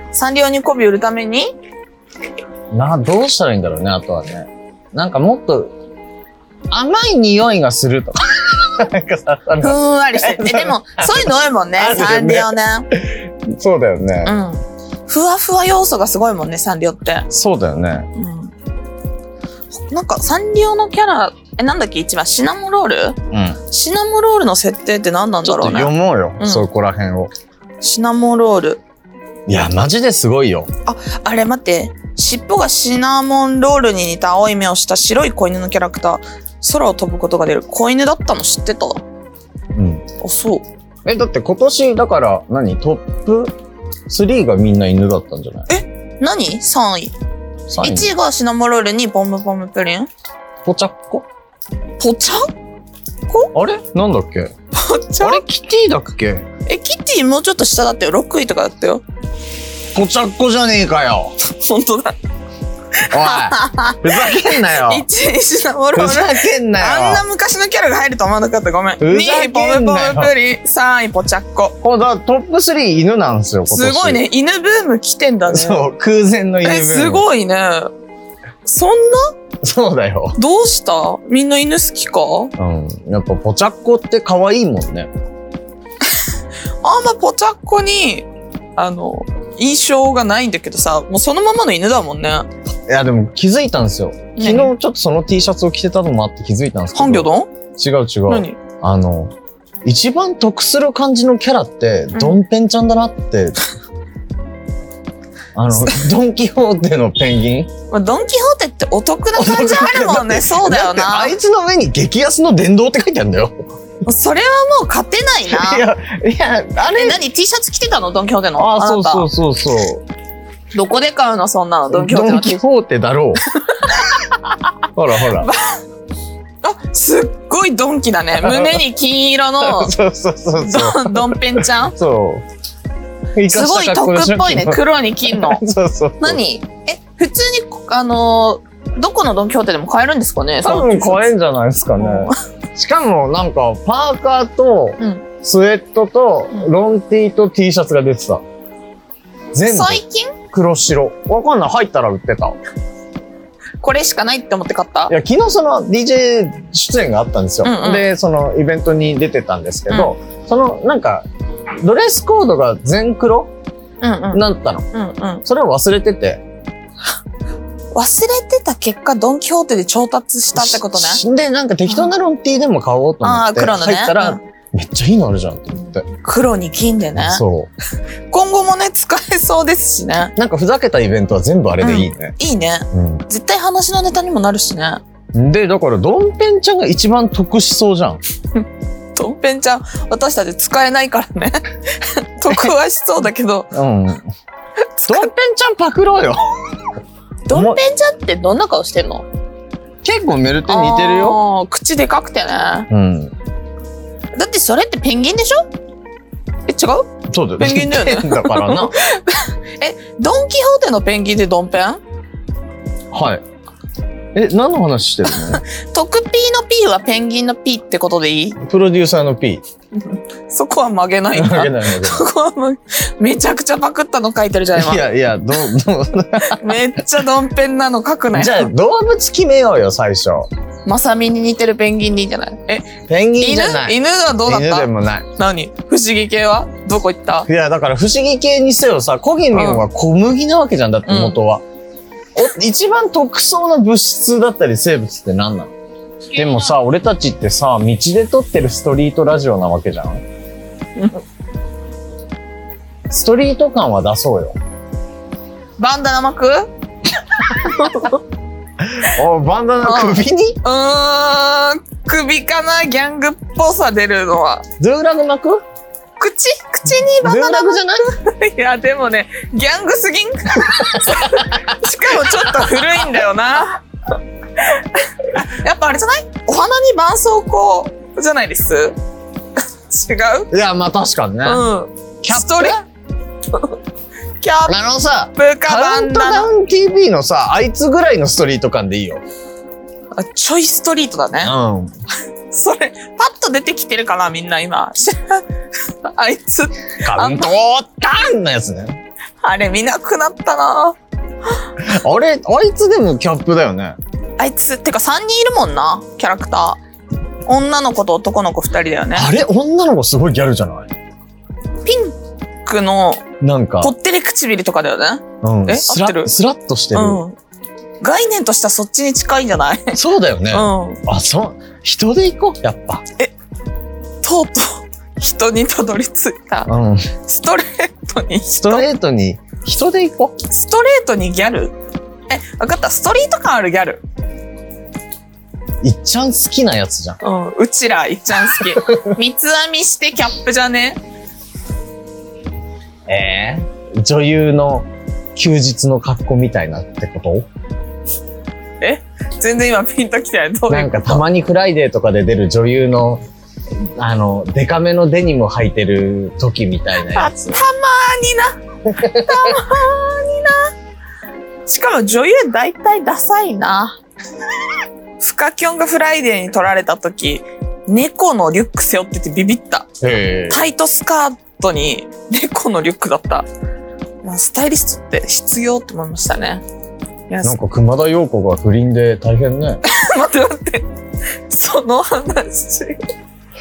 [SPEAKER 1] うん。サンリオに媚び売るために、
[SPEAKER 2] うな、どうしたらいいんだろうね、あとはね。なんかもっと、甘い匂いがするとか。なんか さ、あ
[SPEAKER 1] ふ
[SPEAKER 2] の
[SPEAKER 1] んわりして。え、で も、そういうの多いもんね
[SPEAKER 2] あ、るよね
[SPEAKER 1] サンリオね。
[SPEAKER 2] そうだよね
[SPEAKER 1] う。ん。ふわふわ要素がすごいもんね、サンリオって。
[SPEAKER 2] そうだよね。
[SPEAKER 1] うん。なんか、サンリオのキャラ、え、なんだっけ、一番、シナモロール
[SPEAKER 2] うん。
[SPEAKER 1] シナモロールの設定って何なん
[SPEAKER 2] ちょ
[SPEAKER 1] だ
[SPEAKER 2] っと
[SPEAKER 1] ろう
[SPEAKER 2] 読
[SPEAKER 1] ね。
[SPEAKER 2] もうよ、
[SPEAKER 1] うん
[SPEAKER 2] そこら辺を。
[SPEAKER 1] シナモロール。
[SPEAKER 2] いや、マジですごいよ。
[SPEAKER 1] あれ待って、尻尾がシナモンロールに似た青い目をした白い子犬のキャラクター、空を飛ぶことが出る子犬だったの知ってたあ、
[SPEAKER 2] うん。
[SPEAKER 1] そう。
[SPEAKER 2] え、だって今年、だから何、トップ3がみんな犬だったんじゃない
[SPEAKER 1] 何 ?3 位。
[SPEAKER 2] 三位
[SPEAKER 1] 1位がシナモンロールにボムボムプリン
[SPEAKER 2] ポチャッコ
[SPEAKER 1] ポチャ
[SPEAKER 2] あれなんだっけ
[SPEAKER 1] ポチ
[SPEAKER 2] あ
[SPEAKER 1] ャ
[SPEAKER 2] れキティだっけ
[SPEAKER 1] え、キティもうちょっと下だったよ。6位とかだったよ。
[SPEAKER 2] ポチャッコじゃねえか よ
[SPEAKER 1] 本当だ。
[SPEAKER 2] おいふざけんなよ
[SPEAKER 1] 1位シナモンロ
[SPEAKER 2] ふ
[SPEAKER 1] ール。
[SPEAKER 2] ざけんな
[SPEAKER 1] あんな
[SPEAKER 2] よ
[SPEAKER 1] 昔のキャラが入ると思わなかった。ごめん。
[SPEAKER 2] ふざけん
[SPEAKER 1] 2
[SPEAKER 2] なよ
[SPEAKER 1] 位ボムボムプリン。3位ポチャッコ。
[SPEAKER 2] こうだトップ3犬なんですよ今
[SPEAKER 1] す
[SPEAKER 2] 年
[SPEAKER 1] ごいね。犬ブーム来てんだね。
[SPEAKER 2] そう空前の犬ブー
[SPEAKER 1] え、
[SPEAKER 2] ム
[SPEAKER 1] すごいね。そんな
[SPEAKER 2] そうだよ
[SPEAKER 1] どうしたみんな犬好きか
[SPEAKER 2] うんやっぱポチャッコって可愛いもんね
[SPEAKER 1] あんまポチャッコに、あの、印象がないんだけどさ、もうそのままの犬だもんね。
[SPEAKER 2] いやでも気づいたんですよ昨日ちょっとその T シャツを着てたのもあって気づいたんですけど
[SPEAKER 1] ハンギョドン
[SPEAKER 2] 違う違う
[SPEAKER 1] 何
[SPEAKER 2] あの、一番得する感じのキャラって、
[SPEAKER 1] ん
[SPEAKER 2] ドンペンちゃんだなって。あの、ドンキホーテのペンギン
[SPEAKER 1] まあドンキホーテってお得な感じあるもんね。そう だよ
[SPEAKER 2] って
[SPEAKER 1] な
[SPEAKER 2] あ。いつの上に激安の殿堂って書いてあるんだよ。
[SPEAKER 1] それはもう勝てない
[SPEAKER 2] い
[SPEAKER 1] な。
[SPEAKER 2] や、いや、あ
[SPEAKER 1] え、
[SPEAKER 2] れ
[SPEAKER 1] 何 ?T シャツ着てたのドンキホーテの。
[SPEAKER 2] あ
[SPEAKER 1] なた
[SPEAKER 2] そうそうそうそう。
[SPEAKER 1] どこで買うのそんなの。ド
[SPEAKER 2] ド
[SPEAKER 1] ンキホーテ
[SPEAKER 2] ン
[SPEAKER 1] の
[SPEAKER 2] キ
[SPEAKER 1] T
[SPEAKER 2] ホーテだ ろう。ほらほら。
[SPEAKER 1] あ、すっごいドンキだ ね。胸に金色の
[SPEAKER 2] そうそうそうそう。
[SPEAKER 1] ドンドンペンちゃん。
[SPEAKER 2] そう。
[SPEAKER 1] すごい得っぽいね。黒に金の。
[SPEAKER 2] そうそう。
[SPEAKER 1] 何え、普通に、あのーどこのドン・キホーテでも買えるんですかね
[SPEAKER 2] 多分
[SPEAKER 1] その
[SPEAKER 2] 買えんじゃないですかね。しかもなんかパーカーと
[SPEAKER 1] うん
[SPEAKER 2] スウェットと
[SPEAKER 1] うん
[SPEAKER 2] ロンティーと T シャツが出てた。全部
[SPEAKER 1] 最近
[SPEAKER 2] 黒白。わかんない。入ったら売ってた。い
[SPEAKER 1] これしかないって思って買った
[SPEAKER 2] や、昨日その DJ 出演があったんですよ。
[SPEAKER 1] うんうん
[SPEAKER 2] で、そのイベントに出てたんですけど、そのなんかドレスコードが全黒
[SPEAKER 1] うんうん。
[SPEAKER 2] だったの。
[SPEAKER 1] うんうん。
[SPEAKER 2] それを忘れてて。
[SPEAKER 1] 忘れてた結果、ドン・キホーテで調達したってことね。
[SPEAKER 2] しで、なんか適当なロンティーでも買おうと思
[SPEAKER 1] あ
[SPEAKER 2] っ
[SPEAKER 1] あ、
[SPEAKER 2] て。
[SPEAKER 1] 黒のね。
[SPEAKER 2] 入ったら、
[SPEAKER 1] うん
[SPEAKER 2] めっちゃいいのあるじゃんって思って。
[SPEAKER 1] 黒に金でね。
[SPEAKER 2] そう。
[SPEAKER 1] 今後もね、使えそうですしね。
[SPEAKER 2] なんかふざけたイベントは全部あれでいいね。
[SPEAKER 1] いいね。絶対話のネタにもなるしね。
[SPEAKER 2] うんで、だから、ドンペンちゃんが一番得しそうじゃん。
[SPEAKER 1] ドンペ ンちゃん、私たち使えないからね。得はしそうだけど、
[SPEAKER 2] うん。ドンペンちゃんパクろうよ。
[SPEAKER 1] ドンペンちゃんってどんな顔してんの
[SPEAKER 2] 結構メルテ似てるよ。
[SPEAKER 1] よ。口でかくてね。だ
[SPEAKER 2] うん。
[SPEAKER 1] ってそれってペンギンでしょえ、違う
[SPEAKER 2] そうだよ。
[SPEAKER 1] ペンギンだよね
[SPEAKER 2] 似てんだからな。
[SPEAKER 1] ドンキホーテのペンギンでドンペン
[SPEAKER 2] はい。え、何の話してる
[SPEAKER 1] 特 P の P はペンギンの P ってことでいい
[SPEAKER 2] のプロデューサーの P。
[SPEAKER 1] そこは曲げないん
[SPEAKER 2] わ
[SPEAKER 1] だ
[SPEAKER 2] け。ないわけない
[SPEAKER 1] そこは曲げめちゃくちゃパクったの書いてるじゃん、今
[SPEAKER 2] い。やいや、どう、どう、
[SPEAKER 1] めっちゃドンペンなの書くね。
[SPEAKER 2] じゃあ動物決めようよ、最初。
[SPEAKER 1] まさみに似てるペンギンでいいんじゃないえ、
[SPEAKER 2] ペンギン
[SPEAKER 1] 犬
[SPEAKER 2] じゃない。
[SPEAKER 1] 犬はどうだっ
[SPEAKER 2] 犬で
[SPEAKER 1] た
[SPEAKER 2] もない。
[SPEAKER 1] 何不思議系はどこ行った
[SPEAKER 2] いや、だから不思議系にせよさ、コギミンは小麦なわけじゃん、だって元は。お一番特徴な物質だったり生物って何なのでもさ、俺たちってさ、道で撮ってるストリートラジオなわけじゃん。ストリート感は出そうよ。
[SPEAKER 1] バンダナ巻くう
[SPEAKER 2] おバンダナ首に
[SPEAKER 1] ーん、首かなギャングっぽさ出るのは。
[SPEAKER 2] ドゥーラグ巻く
[SPEAKER 1] 口口に
[SPEAKER 2] ド
[SPEAKER 1] バ
[SPEAKER 2] ゥー
[SPEAKER 1] ナナ
[SPEAKER 2] ラグじゃない
[SPEAKER 1] いや、でもね、ギャングすぎんしか もちょっと古いんだよな。 やっぱあれじゃないお花に絆創膏じゃないです違う
[SPEAKER 2] いや、まあ確かにね。
[SPEAKER 1] うん。
[SPEAKER 2] キャ
[SPEAKER 1] ストリ
[SPEAKER 2] ッ
[SPEAKER 1] キャ
[SPEAKER 2] プあのさ、
[SPEAKER 1] ップか
[SPEAKER 2] カ
[SPEAKER 1] バ
[SPEAKER 2] ウン
[SPEAKER 1] ン
[SPEAKER 2] トダ
[SPEAKER 1] ダナ。
[SPEAKER 2] ウン TV のさ、あいつぐらいのストリート感でいいよ。
[SPEAKER 1] あちょいストリートだね。
[SPEAKER 2] うん。
[SPEAKER 1] それ、パッと出てきてるかなみんな今。 知らんあいつ、
[SPEAKER 2] カウントダウンのやつね。
[SPEAKER 1] あれ見なくなったな
[SPEAKER 2] あれ、あいつでもキャップだよね。
[SPEAKER 1] あいつ、てか3人いるもんな、キャラクター。女の子と男の子2人だよね。
[SPEAKER 2] あれ、女の子すごいギャルじゃない
[SPEAKER 1] ピンクの
[SPEAKER 2] なんか
[SPEAKER 1] こ、ってり唇とかだよね。
[SPEAKER 2] うん、
[SPEAKER 1] え
[SPEAKER 2] ス
[SPEAKER 1] 合
[SPEAKER 2] ラ
[SPEAKER 1] ってる
[SPEAKER 2] スラッとしてる。
[SPEAKER 1] うん。概念としてはそっちに近いんじゃないうん。
[SPEAKER 2] そうだよね。
[SPEAKER 1] と
[SPEAKER 2] あ、そう、人で行こう、やっぱ。
[SPEAKER 1] うとう人にたどり着いた。
[SPEAKER 2] うん。
[SPEAKER 1] ストレートに人。
[SPEAKER 2] ストレートに、人で行こ
[SPEAKER 1] ストレートにギャルえ、わかった。ストリート感あるギャル。
[SPEAKER 2] う。いっちゃん好きなやつじゃん。
[SPEAKER 1] うん。うちら、いっちゃん好 き。三つ編みしてキャップじゃね
[SPEAKER 2] ええ女優の休日の格好みたいなってこと
[SPEAKER 1] 全然今ピンときてない。どう
[SPEAKER 2] ないん
[SPEAKER 1] うこ
[SPEAKER 2] かた
[SPEAKER 1] と
[SPEAKER 2] まにフライデーとかで出る女優の、あの、デカめのデニム履いてる時みたいなやつ。
[SPEAKER 1] たまーにな。たまーにな。しかも女優大体ダサいな。フカキョンがフライデーに撮られた時、猫のリュック背負っててビビった。
[SPEAKER 2] へ
[SPEAKER 1] タイトスカートに猫のリュックだった。まあ、スタイリストって必要って思いましたね。いや、
[SPEAKER 2] なん
[SPEAKER 1] 待
[SPEAKER 2] か熊田曜子が不倫で大変ね。
[SPEAKER 1] って待って。その話。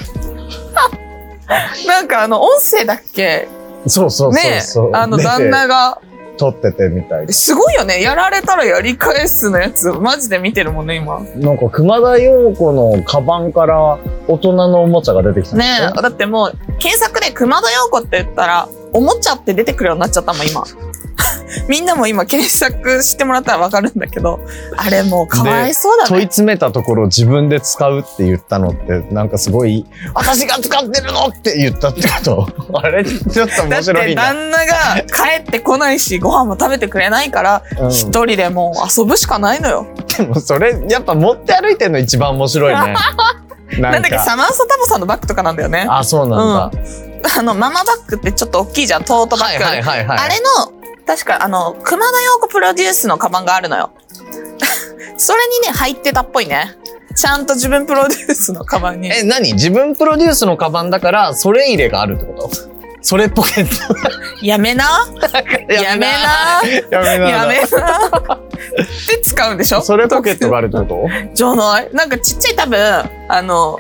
[SPEAKER 1] なんかあの、音声だっけ
[SPEAKER 2] そうそうそう
[SPEAKER 1] ね
[SPEAKER 2] そう。
[SPEAKER 1] あの、
[SPEAKER 2] 出て
[SPEAKER 1] 旦那が。
[SPEAKER 2] 撮っててみたい
[SPEAKER 1] すごいよね。やられたらやり返すのやつ、マジで見てるもんね、今。ね
[SPEAKER 2] な。なんか熊田曜子のカバンから大人のおもちゃが出てきたんです
[SPEAKER 1] え、だってもう、検索で熊田陽子って言ったら、おもちゃって出てくるようになっちゃったもん、今。 みんなも今検索してもらったらわかるんだけど、あれもうかわいそうだね。
[SPEAKER 2] 問い詰めたところ自分で使うって言ったのってなんかすごい私が使ってるのって言ったってこと あれちょっと
[SPEAKER 1] だ
[SPEAKER 2] 面
[SPEAKER 1] って
[SPEAKER 2] 白いな、
[SPEAKER 1] 旦那が帰ってこないし、ご飯も食べてくれないから、
[SPEAKER 2] うん
[SPEAKER 1] 一人でもう遊ぶしかないのよ。
[SPEAKER 2] でもそれやっぱ持って歩いてるの一番面白い ね
[SPEAKER 1] な
[SPEAKER 2] なんん
[SPEAKER 1] だっけ、
[SPEAKER 2] か
[SPEAKER 1] サマンサタボさんのバッグとかなんだよね。あ
[SPEAKER 2] あそうなんだ、
[SPEAKER 1] の、ママバッグってちょっと大きいじゃん、トートバッグ。
[SPEAKER 2] はいはいはいはい
[SPEAKER 1] あれの、確か、あの、熊田陽子プロデュースのカバンがあるのよ。 それにね、入ってたっぽいね。ちゃんと自分プロデュースのカバンに。
[SPEAKER 2] え何自分プロデュースのカバンだからそれ入れがあるってことそれポケッ
[SPEAKER 1] やめな。
[SPEAKER 2] ト
[SPEAKER 1] やめな。
[SPEAKER 2] やめな
[SPEAKER 1] やめな。って使うんでしょ
[SPEAKER 2] それポケットがあるってこ
[SPEAKER 1] じゃないなんかちっちゃい多分、あの、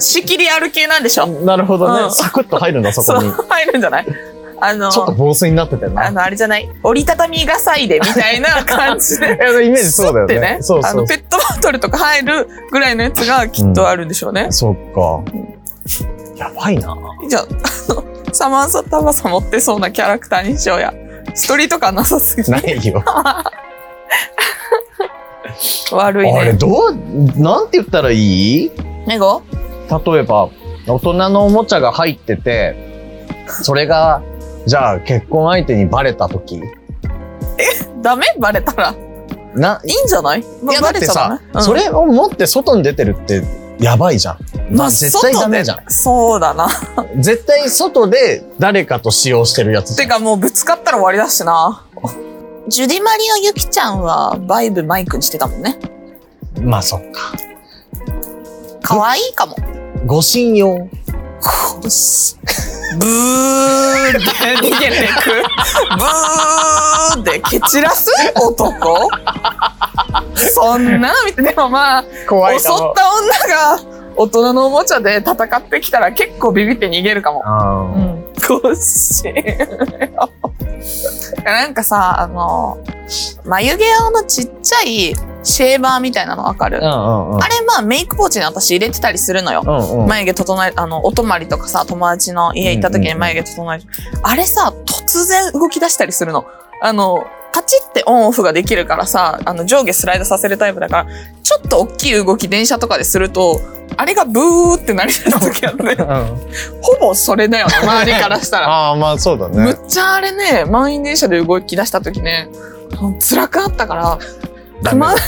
[SPEAKER 1] 仕切りある系なんでしょ
[SPEAKER 2] となるほどね、
[SPEAKER 1] うん
[SPEAKER 2] サクッと入るんだそ
[SPEAKER 1] そう
[SPEAKER 2] こに
[SPEAKER 1] 入るんじゃないあの
[SPEAKER 2] ちょっと防水になってたよ
[SPEAKER 1] あ
[SPEAKER 2] な
[SPEAKER 1] の、あれじゃない折りたたみ傘入れみたいな感じで。
[SPEAKER 2] えイメージそうだよ
[SPEAKER 1] スッ
[SPEAKER 2] ね
[SPEAKER 1] て
[SPEAKER 2] そう
[SPEAKER 1] あ
[SPEAKER 2] そ
[SPEAKER 1] の
[SPEAKER 2] う
[SPEAKER 1] ペットボトルとか入るぐらいのやつがきっとあるんでしょうね。
[SPEAKER 2] そっかやばいな
[SPEAKER 1] じゃあ、あの、サマンサタバサ持ってそうなキャラクターにしようや。ストリート感なさすぎて
[SPEAKER 2] な いよ
[SPEAKER 1] 悪い
[SPEAKER 2] あれ
[SPEAKER 1] ね。
[SPEAKER 2] どうなんて言ったらいい
[SPEAKER 1] ネゴ
[SPEAKER 2] 例えば大人のおもちゃが入っててそれがじゃあ結婚相手にバレた時
[SPEAKER 1] ダメバレたら。い
[SPEAKER 2] な、い
[SPEAKER 1] いんじゃない
[SPEAKER 2] いやだ
[SPEAKER 1] バ
[SPEAKER 2] っ
[SPEAKER 1] レ
[SPEAKER 2] て
[SPEAKER 1] ちゃダ
[SPEAKER 2] さ
[SPEAKER 1] メ、うん
[SPEAKER 2] それを持って外に出てるってやばいじゃん。
[SPEAKER 1] まあ
[SPEAKER 2] 絶対ダメじゃん。
[SPEAKER 1] そうだな。
[SPEAKER 2] 絶対外で誰かと使用してるやつ。
[SPEAKER 1] てかもうぶつかったら終わりだし な。ジュディマリのゆきちゃんはバイブマイクにしてたもんね。
[SPEAKER 2] まあそっか。
[SPEAKER 1] 可愛いかも。
[SPEAKER 2] 護身用。
[SPEAKER 1] ブーって逃げてく。ブーって蹴散らす男そんなの見て、でもまあ、襲
[SPEAKER 2] 怖
[SPEAKER 1] った女が大人のおもちゃで戦ってきたら結構ビビって逃げるかも。
[SPEAKER 2] あー
[SPEAKER 1] ごしなんかさ、あの、眉毛用のちっちゃいシェーバーみたいなのわかる、
[SPEAKER 2] うんうんうん
[SPEAKER 1] あれまあメイクポーチに私入れてたりするのよ。
[SPEAKER 2] うんうん。
[SPEAKER 1] 眉毛整え、あの、お泊まりとかさ、友達の家行った時に眉毛整える、あれさ、突然動き出したりするの。あの、パチってオンオフができるからさ、あの、上下スライドさせるタイプだから、ちょっと大きい動き電車とかですると、あれがブーってなりた時あるね。
[SPEAKER 2] うん
[SPEAKER 1] ほぼそれ だよね、周りからしたら。
[SPEAKER 2] ああ、まあそうだ
[SPEAKER 1] む
[SPEAKER 2] ね。
[SPEAKER 1] っちゃあれね、満員電車で動き出した時ね、辛くなったから、
[SPEAKER 2] ダメだね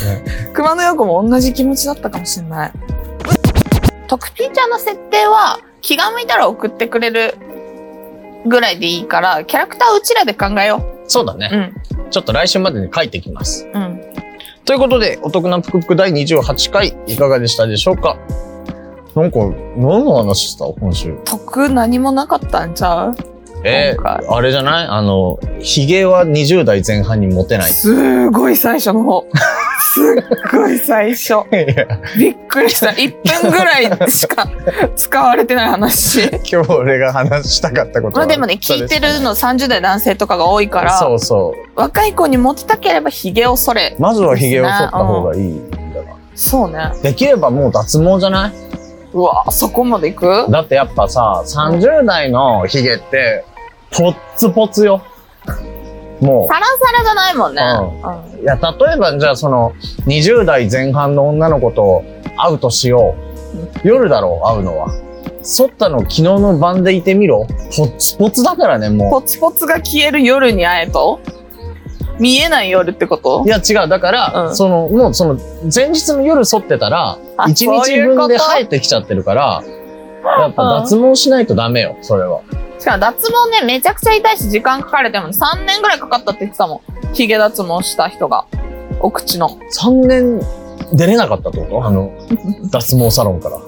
[SPEAKER 1] 熊野陽子も同じ気持ちだったかもしれない。特ピーちゃんの設定は、気が向いたら送ってくれるぐらいでいいから、キャラクターうちらで考えよ
[SPEAKER 2] そうだね
[SPEAKER 1] う。。うん。
[SPEAKER 2] ちょっと来週までに書いてきます。
[SPEAKER 1] うん。
[SPEAKER 2] ということで、お得なぷくぷく第28回、いかがでしたでしょうかなんか、何の話した今週。
[SPEAKER 1] 得何もなかったんちゃう
[SPEAKER 2] え
[SPEAKER 1] 今回
[SPEAKER 2] ー、あれじゃないあの、髭は20代前半にモテない。
[SPEAKER 1] すごい最初の方。すっごい最初。びっくりした。1分ぐらいしか使われてない 話。
[SPEAKER 2] 今日俺が話したかったこと
[SPEAKER 1] ま
[SPEAKER 2] は
[SPEAKER 1] あでもね、聞いてるの30代男性とかが多いか
[SPEAKER 2] そ
[SPEAKER 1] ら、
[SPEAKER 2] うそう。
[SPEAKER 1] 若い子にモテたければヒゲを剃れ。
[SPEAKER 2] まずは髭を剃った方がいいんだな。
[SPEAKER 1] そうね。
[SPEAKER 2] できればもう脱毛じゃないう
[SPEAKER 1] わそこまで行く
[SPEAKER 2] だってやっぱさ、30代の髭って、ポッツポツよ。もう。
[SPEAKER 1] サラサラじゃないもんね。うん
[SPEAKER 2] いや、例えばじゃあその20代前半の女の子と会うとしよう。夜だろう、会うのは。剃ったの昨日の晩でいてみろ。ポツポツだからね、も
[SPEAKER 1] ポツポツが消える夜に会えと見えない夜ってこ
[SPEAKER 2] う。
[SPEAKER 1] と
[SPEAKER 2] いや、違う。だから、
[SPEAKER 1] うん
[SPEAKER 2] その、もうその、前日の夜剃ってたら、
[SPEAKER 1] あ
[SPEAKER 2] 1日
[SPEAKER 1] そういうこ
[SPEAKER 2] 分
[SPEAKER 1] と
[SPEAKER 2] で生えてきちゃってるから、やっぱ脱毛しないとダメよ、それは。
[SPEAKER 1] しかも脱毛ね、めちゃくちゃ痛いし時間かかるてもん3年ぐらいかかったって言ってたもん。ヒゲ脱毛した人が。お口の。
[SPEAKER 2] 3年出れなかったってことあの、脱毛サロンから。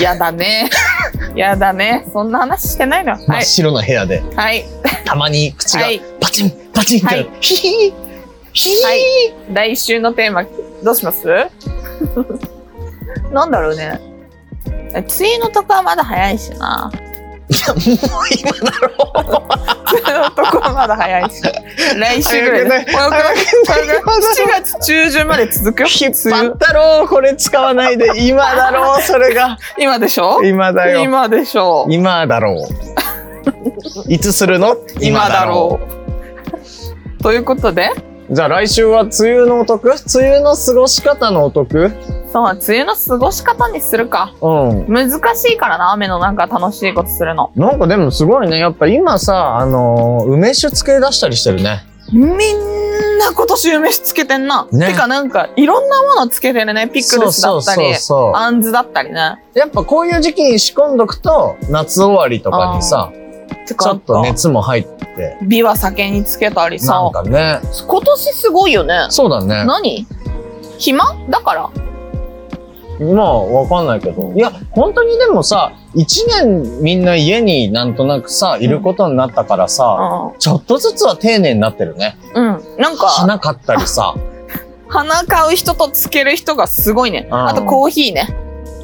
[SPEAKER 1] やだね。 やだね。そんな話してないの。
[SPEAKER 2] 真
[SPEAKER 1] は
[SPEAKER 2] っ
[SPEAKER 1] い。
[SPEAKER 2] 白な部屋で、
[SPEAKER 1] はい。
[SPEAKER 2] たまに口が
[SPEAKER 1] はい。
[SPEAKER 2] パチン、パチンって、
[SPEAKER 1] はい
[SPEAKER 2] ヒヒーヒヒー
[SPEAKER 1] はい来週のテーマどうしますなんだろうね梅雨のとこはまだ早いしな
[SPEAKER 2] いや、もう今だろう。
[SPEAKER 1] 梅雨のとこはまだ早いし来週ぐらいだね
[SPEAKER 2] 早くない
[SPEAKER 1] 早くない
[SPEAKER 2] 早くな
[SPEAKER 1] 7
[SPEAKER 2] い
[SPEAKER 1] 月中旬まで続くよ
[SPEAKER 2] 引っ
[SPEAKER 1] 梅
[SPEAKER 2] 張
[SPEAKER 1] 雨
[SPEAKER 2] ったろう、これ使わないで。今だろう、それが。
[SPEAKER 1] 今でしょ
[SPEAKER 2] 今だよ。
[SPEAKER 1] 今でしょ
[SPEAKER 2] 今だろう。いつするの
[SPEAKER 1] 今だろうということで
[SPEAKER 2] う。じゃあ来週は梅雨のお得梅雨の過ごし方のお得
[SPEAKER 1] そう梅雨の過ごし方にするか
[SPEAKER 2] うん。
[SPEAKER 1] 難しいからな雨のなんか楽しいことするの
[SPEAKER 2] なんかでもすごいね。やっぱ今さ、あのー梅酒漬け出したりしてるね。
[SPEAKER 1] みんな今年梅酒つけてんな。
[SPEAKER 2] ね
[SPEAKER 1] てかなんかいろんなものつけてるね。ピクルスだった
[SPEAKER 2] そうそ
[SPEAKER 1] り
[SPEAKER 2] う、そうそ
[SPEAKER 1] あんずだったりね。
[SPEAKER 2] う。やっぱこういう時期に仕込んどくと、夏終わりとかにさ、
[SPEAKER 1] てか
[SPEAKER 2] ちょっと
[SPEAKER 1] なんか
[SPEAKER 2] 熱も入って、
[SPEAKER 1] 美は酒につけたり
[SPEAKER 2] な
[SPEAKER 1] さ
[SPEAKER 2] ん。かね。
[SPEAKER 1] 今年すごいよね。
[SPEAKER 2] そうだね。
[SPEAKER 1] 何暇だから。
[SPEAKER 2] まあ、わかんないけど。いや、本当にでもさ、一年みんな家になんとなくさ、いることになったからさ、ちょっとずつは丁寧になってるね。
[SPEAKER 1] うん。うん。なんか、
[SPEAKER 2] 花買ったりさ。
[SPEAKER 1] 花買う人とつける人がすごいね。
[SPEAKER 2] うん
[SPEAKER 1] あとコーヒーね。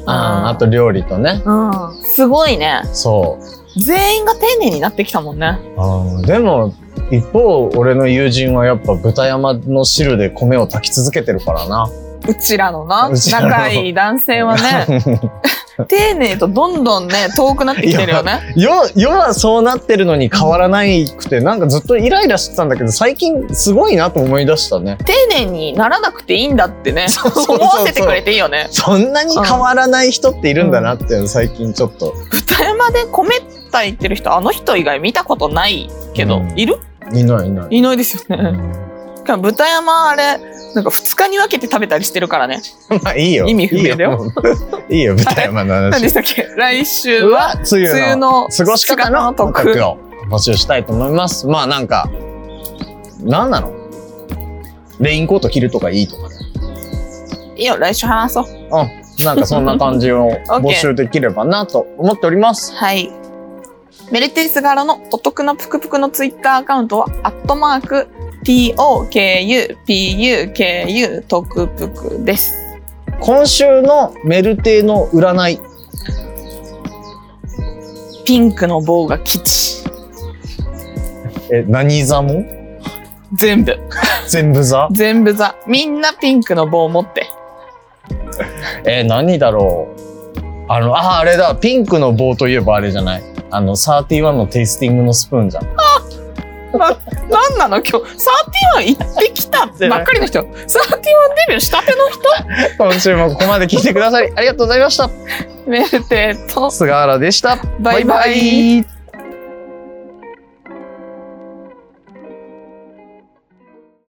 [SPEAKER 2] うん、あと料理とね。
[SPEAKER 1] うん。すごいね。
[SPEAKER 2] そう。
[SPEAKER 1] 全員が丁寧になってきたもんね。
[SPEAKER 2] あーでも、一方、俺の友人はやっぱ豚山の汁で米を炊き続けてるからな。
[SPEAKER 1] うちらのな。
[SPEAKER 2] うちらの
[SPEAKER 1] 仲いい男性は ね、丁寧とどんどんね、遠くなってきてるよね。
[SPEAKER 2] 世、世はそうなってるのに変わらないくて、なんかずっとイライラしてたんだけど、最近すごいなと思い出したね。
[SPEAKER 1] 丁寧にならなくていいんだって ね
[SPEAKER 2] そうそうそう
[SPEAKER 1] 思わせてくれていいよね
[SPEAKER 2] そんなに変わらない人っているんだなっていうの最近ちょっと。
[SPEAKER 1] 富山で米炊いてる人あの人以外見たことないけど、
[SPEAKER 2] うん
[SPEAKER 1] いる
[SPEAKER 2] いないいない。
[SPEAKER 1] いないですよ
[SPEAKER 2] う
[SPEAKER 1] ね。
[SPEAKER 2] ん
[SPEAKER 1] しかも豚山あれ、なんか2日に分けて食べたりしてるからね。
[SPEAKER 2] まあいいよ。
[SPEAKER 1] 意味不明だよ
[SPEAKER 2] いいよ。いいよ、 豚山の
[SPEAKER 1] 何で
[SPEAKER 2] 話。
[SPEAKER 1] したっけ来週は
[SPEAKER 2] は、梅
[SPEAKER 1] 梅
[SPEAKER 2] 雨
[SPEAKER 1] 雨
[SPEAKER 2] の
[SPEAKER 1] の
[SPEAKER 2] 過ごし方の
[SPEAKER 1] 過ごし
[SPEAKER 2] 特訓を募集したいと思います。まあなんか、なんなのレインコート着るとかいいとかね。
[SPEAKER 1] いいよ、来週話そう。
[SPEAKER 2] うん。なんかそんな感じ を募集できればなと思っております。
[SPEAKER 1] はい。メルテリス柄のお得なぷくぷくのツイッターアカウントは、アットマーク、TOKUPUKU トクプクです。
[SPEAKER 2] 今週のメルテの占い。
[SPEAKER 1] ピンクの棒が吉。
[SPEAKER 2] え、何座も
[SPEAKER 1] 全部。
[SPEAKER 2] 全部座
[SPEAKER 1] 全部座。みんなピンクの棒を持って。
[SPEAKER 2] えー何だろうあの、あー、あれだ。ピンクの棒といえばあれじゃないあの、31のテイスティングのスプーンじゃん。
[SPEAKER 1] なんなの今日、31行ってきたばっかりの人。31デビューしたての人。
[SPEAKER 2] 今週もここまで聞いてくださり、ありがとうございました。
[SPEAKER 1] メルテと、
[SPEAKER 2] 菅原でした。
[SPEAKER 1] バイバイ